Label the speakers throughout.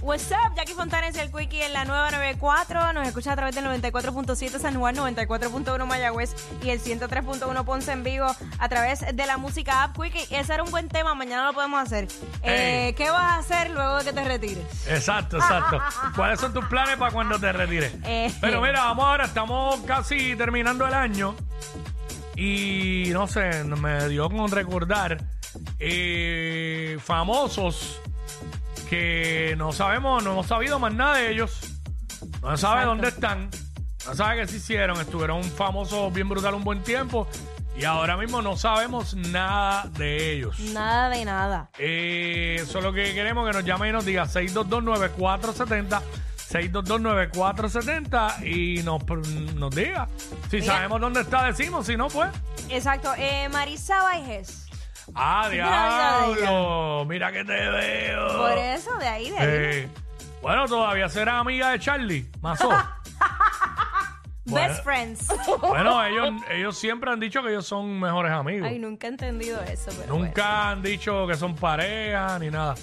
Speaker 1: What's up, Jackie Fontanes y el Quickie en la nueva 94. Nos escucha a través del 94.7 San Juan, 94.1 Mayagüez y el 103.1 Ponce en vivo a través de la música app Quickie. Ese era un buen tema, mañana lo podemos hacer. Eh,
Speaker 2: Ey.
Speaker 1: ¿Qué vas a hacer luego de que te retires?
Speaker 2: Exacto, exacto. ¿Cuáles son tus planes para cuando te retires?
Speaker 1: Eh.
Speaker 2: Pero mira, vamos ahora, estamos casi terminando el año y no sé, me dio con recordar eh, famosos que no sabemos, no hemos sabido más nada de ellos. No se sabe
Speaker 1: Exacto.
Speaker 2: dónde están, no se sabe qué se hicieron, estuvieron famosos bien brutal un buen tiempo y ahora mismo no sabemos nada de ellos.
Speaker 1: Nada de nada.
Speaker 2: Eh, eso es lo que queremos que nos llame y nos diga 6229470 6229470 y nos, nos diga. Si
Speaker 1: Mira.
Speaker 2: sabemos dónde está, decimos. Si no, pues.
Speaker 1: Exacto. Eh, Marisa Baiges.
Speaker 2: ¡Ah,
Speaker 1: Mira, mira,
Speaker 2: diablo! Mira que te veo.
Speaker 1: Por eso, de ahí, de ahí.
Speaker 2: Ah. Eh, bueno, todavía será amiga de Charlie. Mazo.
Speaker 1: Best friends.
Speaker 2: bueno, ellos, ellos siempre han dicho que ellos son mejores amigos.
Speaker 1: Ay, nunca he entendido eso, pero bueno.
Speaker 2: Nunca han dicho que son pareja ni nada.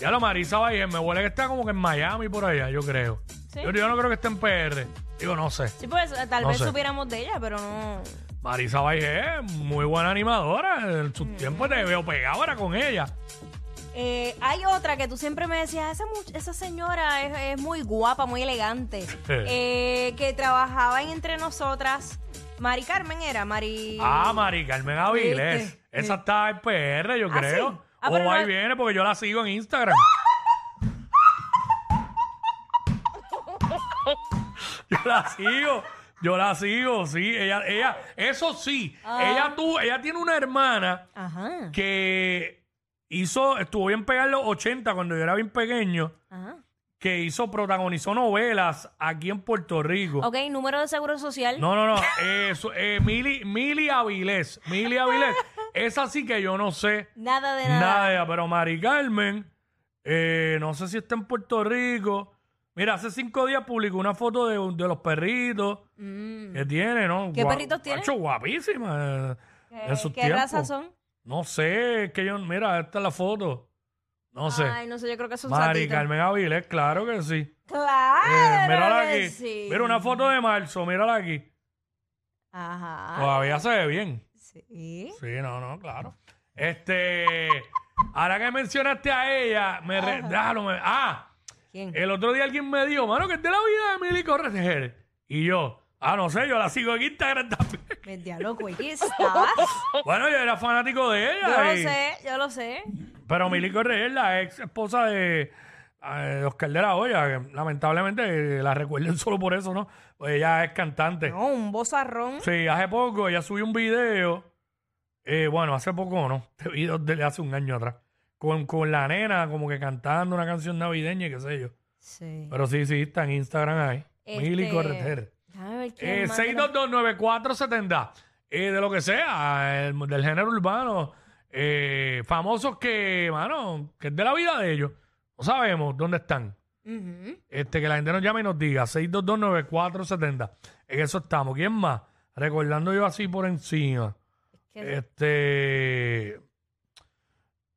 Speaker 2: Ya lo Marisa Valles, me huele que está como que en Miami por allá, yo creo.
Speaker 1: ¿Sí?
Speaker 2: Yo, yo no creo que esté en PR. Digo, no sé.
Speaker 1: Sí, pues eh, tal
Speaker 2: No
Speaker 1: vez
Speaker 2: sé.
Speaker 1: supiéramos de ella, pero no.
Speaker 2: Marisa Valles es muy buena animadora. En su tiempo te veo pegada ahora con ella.
Speaker 1: Eh, hay otra que tú siempre me decías, esa, much- esa señora es, es muy guapa, muy elegante, eh, que trabajaba en entre nosotras. Mari Carmen era, Mari...
Speaker 2: Ah, Mari Carmen Avilés.
Speaker 1: ¿Viste?
Speaker 2: Esa está en PR, yo
Speaker 1: ¿Ah,
Speaker 2: creo.
Speaker 1: sí? Ah,
Speaker 2: o
Speaker 1: pero
Speaker 2: va
Speaker 1: no-
Speaker 2: y viene porque yo la sigo en Instagram. yo la sigo. Yo la sigo, sí. Ella, ella, eso sí.
Speaker 1: Ah.
Speaker 2: Ella tú, ella tiene una hermana
Speaker 1: Ajá,
Speaker 2: que hizo, estuvo bien pegada en los 80 cuando yo era bien pequeño,
Speaker 1: ajá.
Speaker 2: que hizo, protagonizó novelas aquí en Puerto Rico.
Speaker 1: Ok, número de seguro social.
Speaker 2: No, no, no. Eh, su- eh, Mili, Mili Avilés. Mili Avilés. Esa sí que yo no sé
Speaker 1: Nada de nada.
Speaker 2: nada de ella, pero Mari Carmen, eh, no sé si está en Puerto Rico. Mira, hace cinco días publicó una foto de, un- de los perritos
Speaker 1: Mm.
Speaker 2: que tiene, ¿no?
Speaker 1: ¿Qué perritos tiene?
Speaker 2: macho, guapísima. eh,
Speaker 1: Eh,
Speaker 2: en sus
Speaker 1: ¿Qué
Speaker 2: tiempos.
Speaker 1: raza son?
Speaker 2: No sé, es que yo, mira, esta es la foto. No sé.
Speaker 1: Ay, no sé, yo creo que son
Speaker 2: Mari
Speaker 1: santitos.
Speaker 2: Carmen Avilés, claro que sí. Eh,
Speaker 1: Claro
Speaker 2: mírala
Speaker 1: que
Speaker 2: aquí.
Speaker 1: sí.
Speaker 2: Mira una foto de marzo, mírala aquí.
Speaker 1: Ajá,
Speaker 2: Todavía se ve bien.
Speaker 1: sí.
Speaker 2: Sí, no, no, claro. Este, ahora que mencionaste a ella, me re- déjalo, me- ah,
Speaker 1: ¿Quién?
Speaker 2: el otro día alguien me dijo, mano, que es de la vida de Milly Correger. Y yo, ah, no sé, yo la sigo en Instagram también.
Speaker 1: Me diálogo, ¿qué estabas?
Speaker 2: bueno, yo era fanático de ella.
Speaker 1: Yo lo
Speaker 2: y-
Speaker 1: sé, yo lo sé.
Speaker 2: Pero Milly Correger, la ex esposa de, eh, Oscar de la Hoya, que lamentablemente eh, la recuerden solo por eso, ¿no? Pues ella es cantante.
Speaker 1: No, un bozarrón.
Speaker 2: Sí, hace poco ella subió un video, eh, bueno, hace poco no, este video es de hace un año atrás, con, con la nena como que cantando una canción navideña y qué sé yo.
Speaker 1: Sí.
Speaker 2: Pero sí, sí, está en Instagram ahí.
Speaker 1: Este,
Speaker 2: Mili Correter.
Speaker 1: Déjame ver quién
Speaker 2: Eh,
Speaker 1: más de los-
Speaker 2: 6229470, eh, de lo que sea, el- del género urbano, eh, famosos que, mano, que es de la vida de ellos. No sabemos dónde están.
Speaker 1: Ujú.
Speaker 2: Este, que la gente nos llame y nos diga 6229470. En eso estamos. ¿Quién más? Recordando yo así por encima.
Speaker 1: Que-
Speaker 2: Eh. Este.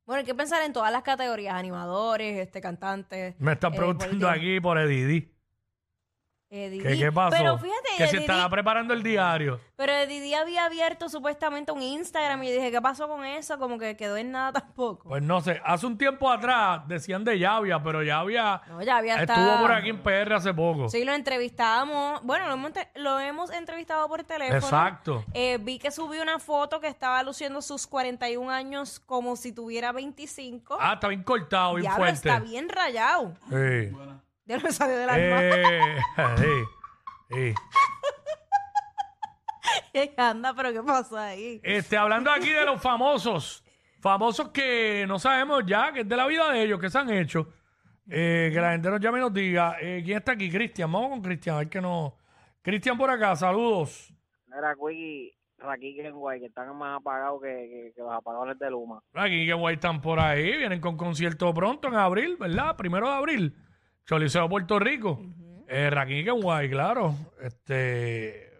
Speaker 1: Bueno, hay que pensar en todas las categorías, animadores, este, cantantes.
Speaker 2: Me están
Speaker 1: Eh,
Speaker 2: preguntando
Speaker 1: político.
Speaker 2: aquí por Edidi.
Speaker 1: eh,
Speaker 2: ¿Qué,
Speaker 1: Didi.
Speaker 2: ¿Qué pasó?
Speaker 1: Pero fíjate,
Speaker 2: que
Speaker 1: de
Speaker 2: se
Speaker 1: Didi-
Speaker 2: estará preparando el diario.
Speaker 1: pero de Didi había abierto supuestamente un Instagram y yo dije, ¿qué pasó con eso? Como que quedó en nada tampoco.
Speaker 2: Pues no sé. Hace un tiempo atrás decían de Llavia, pero Llavia
Speaker 1: no, ya había
Speaker 2: estuvo
Speaker 1: estado.
Speaker 2: por aquí en PR hace poco.
Speaker 1: Sí, lo entrevistábamos. Bueno, lo hemos, entre- lo hemos entrevistado por teléfono.
Speaker 2: Exacto.
Speaker 1: Eh, vi que subió una foto que estaba luciendo sus 41 años como si tuviera 25.
Speaker 2: Ah, está bien cortado, bien
Speaker 1: Diablo,
Speaker 2: fuerte.
Speaker 1: está bien rayado.
Speaker 2: Sí.
Speaker 1: Ya lo salió de la
Speaker 2: Eh, sí, sí.
Speaker 1: Anda, pero ¿qué pasa ahí?
Speaker 2: Este, hablando aquí de los famosos, famosos que no sabemos ya, que es de la vida de ellos, que se han hecho. Eh, que la gente nos llame y nos diga, eh, ¿quién está aquí? Cristian, vamos con Cristian, a ver que no. Cristian por acá, saludos.
Speaker 3: Era Quiggy, Raquí y Guay, que están más apagados que, que- que los apagones de Luma.
Speaker 2: Aquí que guay están por ahí, vienen con concierto pronto en abril, ¿verdad? Primero de abril, Choliseo Puerto Rico. Eh, Raquín, que guay, claro. Este,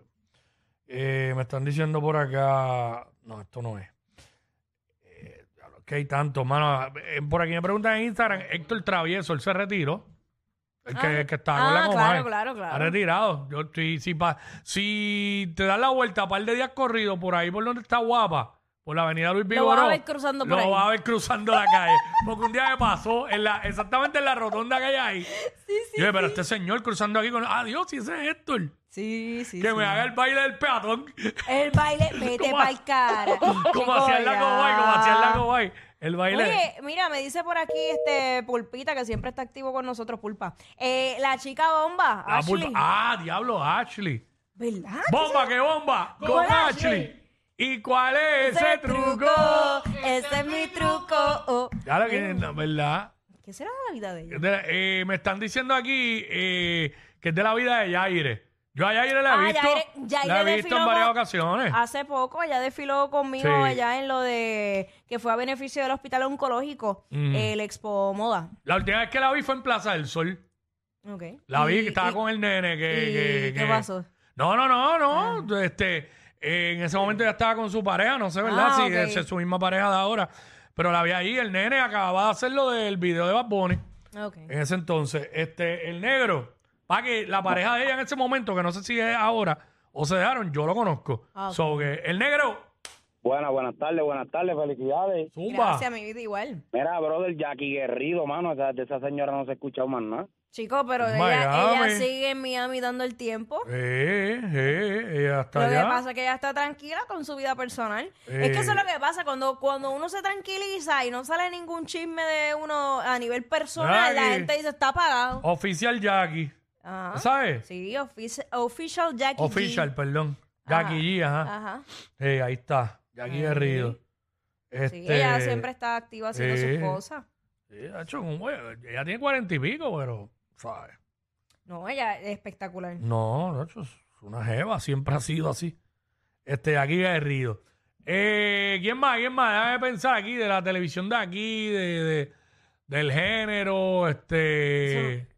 Speaker 2: eh, me están diciendo por acá, no, esto no es. Eh, diablo, es que hay tanto, mano. Eh, por aquí me preguntan en Instagram, Héctor Travieso, él se retiró. El que, el que está con
Speaker 1: Ah,
Speaker 2: la
Speaker 1: claro,
Speaker 2: comadre.
Speaker 1: claro, claro.
Speaker 2: Está retirado. Yo, si, si, pa- si te das la vuelta, par de días corrido por ahí, por donde está guapa, por la avenida Luis
Speaker 1: Lo vas a
Speaker 2: Vigoró.
Speaker 1: ver cruzando por
Speaker 2: lo
Speaker 1: ahí.
Speaker 2: vas a ver cruzando la calle. Porque un día me pasó, en la, exactamente en la rotonda que hay ahí. yo dije, pero este señor cruzando aquí con. Ah, Dios, si ese es Héctor.
Speaker 1: Sí, sí.
Speaker 2: que
Speaker 1: sí.
Speaker 2: me haga el baile del peatón.
Speaker 1: El baile, vete
Speaker 2: ¿Cómo
Speaker 1: pa'l cara.
Speaker 2: como hacía en la
Speaker 1: Chico,
Speaker 2: Cowboy, como hacía en la
Speaker 1: ya.
Speaker 2: Cowboy. El baile.
Speaker 1: Oh, Oye, mira, me dice por aquí este Pulpita, que siempre está activo con nosotros, Pulpa. Eh, la chica bomba,
Speaker 2: la
Speaker 1: Ashley.
Speaker 2: pulpa- Ah, diablo, Ashley.
Speaker 1: ¿Verdad?
Speaker 2: Bomba que bomba con
Speaker 1: Con
Speaker 2: Ashley. ¿Y cuál es ese truco?
Speaker 1: ese es mi truco. oh.
Speaker 2: Ya lo que no, ¿verdad?
Speaker 1: ¿Qué será la vida de ella?
Speaker 2: Es de la- eh, me están diciendo aquí eh, que es de la vida de Yaire. Yo a Yaire la he
Speaker 1: Ah,
Speaker 2: visto,
Speaker 1: Yaire- Yaire
Speaker 2: la he visto
Speaker 1: desfiló
Speaker 2: en varias
Speaker 1: con-
Speaker 2: ocasiones.
Speaker 1: Hace poco ella desfiló conmigo
Speaker 2: Sí.
Speaker 1: allá en lo de que fue a beneficio del hospital oncológico,
Speaker 2: Mm.
Speaker 1: el Expo Moda.
Speaker 2: La última vez que la vi fue en Plaza del Sol.
Speaker 1: Ok.
Speaker 2: La vi
Speaker 1: Y-
Speaker 2: que estaba
Speaker 1: y-
Speaker 2: con el nene. Que,
Speaker 1: y
Speaker 2: que-
Speaker 1: ¿Qué
Speaker 2: que-
Speaker 1: pasó? Ah.
Speaker 2: No, no, no, no. Este, eh, en ese momento ya estaba con su pareja, no sé, ¿verdad?
Speaker 1: Ah,
Speaker 2: si
Speaker 1: ok.
Speaker 2: es es su misma pareja de ahora. Pero la vi ahí, el nene acababa de hacer lo del video de Bad Bunny.
Speaker 1: Ok.
Speaker 2: En ese entonces, este, el negro, para que la pareja de ella en ese momento, que no sé si es ahora o se dejaron, yo lo conozco.
Speaker 1: Ah, ok.
Speaker 2: So que el negro,
Speaker 4: Buenas, buenas tardes, buenas tardes, felicidades.
Speaker 2: zumba.
Speaker 1: Gracias, mi vida igual.
Speaker 4: Mira, brother, Jackie Guerrido, mano, esa- de esa señora no se escucha más nada.
Speaker 1: Chico, pero
Speaker 2: En
Speaker 1: ella, ella
Speaker 2: Miami.
Speaker 1: sigue en Miami dando el tiempo.
Speaker 2: Eh, eh, eh, hasta
Speaker 1: Lo que
Speaker 2: allá.
Speaker 1: pasa es que ella está tranquila con su vida personal. Es que eso es
Speaker 2: Eh.
Speaker 1: lo que pasa cuando, cuando uno se tranquiliza y no sale ningún chisme de uno a nivel personal, la
Speaker 2: Ay.
Speaker 1: gente dice está
Speaker 2: Oh.
Speaker 1: apagado.
Speaker 2: Oficial Jackie,
Speaker 1: Ajá.
Speaker 2: ¿sabes?
Speaker 1: Ah. Sí, ofici- official Jackie. G. Ah.
Speaker 2: Official, perdón. Jackie G, ajá.
Speaker 1: Ajá.
Speaker 2: Eh, ahí está, Jackie
Speaker 1: Ahí.
Speaker 2: Guerrido.
Speaker 1: Eh. Sí,
Speaker 2: Este,
Speaker 1: ella siempre está activa haciendo
Speaker 2: eh.
Speaker 1: sus cosas.
Speaker 2: sí, ha hecho un- bueno, ella tiene cuarenta y pico, pero, ¿sabes?
Speaker 1: No, ella es espectacular.
Speaker 2: No, no, eso es una jeva, siempre ha sido así. Este, aquí Guerrido. Eh, ¿Quién más? ¿Quién más? Déjame pensar aquí de la televisión de aquí, de, de- del género, este...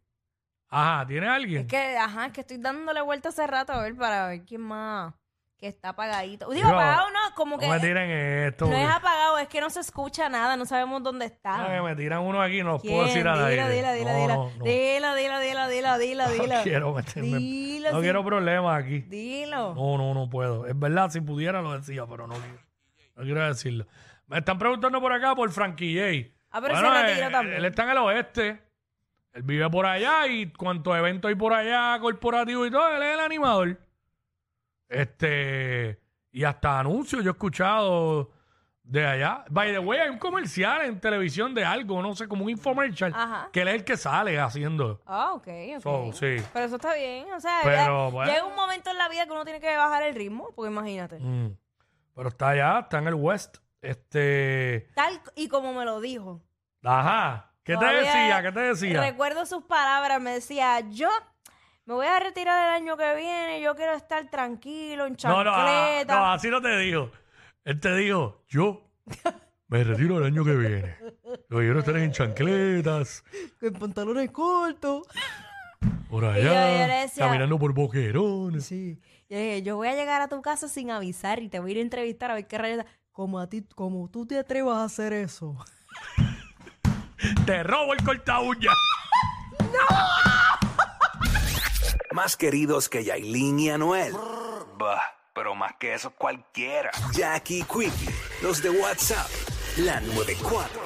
Speaker 2: Ajá, ¿tiene alguien?
Speaker 1: Es que, ajá, es que estoy dándole vuelta hace rato a ver para ver quién más que está apagadito. Digo,
Speaker 2: Digo,
Speaker 1: apagado no, como
Speaker 2: no
Speaker 1: que
Speaker 2: me tiran esto.
Speaker 1: no es
Speaker 2: porque-
Speaker 1: apagado, es que no se escucha nada, no sabemos dónde está.
Speaker 2: No, que me tiran uno aquí, no los
Speaker 1: ¿Quién?
Speaker 2: puedo decir a
Speaker 1: Dilo, dilo, dilo, dilo.
Speaker 2: No, no, no.
Speaker 1: Dilo, dilo, dilo, dilo, dilo,
Speaker 2: No
Speaker 1: dilo.
Speaker 2: quiero meterme-
Speaker 1: Dilo,
Speaker 2: no
Speaker 1: sí.
Speaker 2: quiero problemas aquí.
Speaker 1: Dilo.
Speaker 2: No, no, no puedo. Es verdad, si pudiera lo decía, pero no quiero. No quiero decirlo. Me están preguntando por acá por Frankie J.
Speaker 1: Ah, pero se retiró
Speaker 2: él,
Speaker 1: también.
Speaker 2: él está en eh, el oeste. Él vive por allá y cuantos eventos hay por allá, corporativo y todo, él es el animador. Este. Y hasta anuncios yo he escuchado de allá. By the way, hay un comercial en televisión de algo, no sé, como un infomercial,
Speaker 1: Ajá.
Speaker 2: que él es el que sale haciendo.
Speaker 1: Ah, ok, ok.
Speaker 2: So, sí.
Speaker 1: Pero eso está bien. O sea,
Speaker 2: Pero,
Speaker 1: ya-
Speaker 2: bueno.
Speaker 1: llega un momento en la vida que uno tiene que bajar el ritmo, porque imagínate.
Speaker 2: Mm. Pero está allá, está en el West. Este.
Speaker 1: Tal y como me lo dijo.
Speaker 2: Ajá. ¿Qué te
Speaker 1: Todavía
Speaker 2: decía? ¿Qué te decía?
Speaker 1: Recuerdo sus palabras, me decía, yo me voy a retirar el año que viene, yo quiero estar tranquilo, en
Speaker 2: No, no, ah,
Speaker 1: chancleta.
Speaker 2: no, así no te dijo. Él te dijo, yo me retiro el año que viene. Lo quiero estar en chancletas,
Speaker 1: En pantalones cortos.
Speaker 2: por
Speaker 1: Y yo-
Speaker 2: allá,
Speaker 1: yo le decía-
Speaker 2: caminando por boquerones.
Speaker 1: Sí. Yo dije, yo voy a llegar a tu casa sin avisar y te voy a ir a entrevistar a ver qué rayos. Como a ti, como tú te atrevas a hacer eso.
Speaker 2: Te robo el corta uña.
Speaker 5: Más queridos que Yailin y Anuel. Bah, pero más que eso cualquiera. Jackie Quickie, los de WhatsApp, la 94.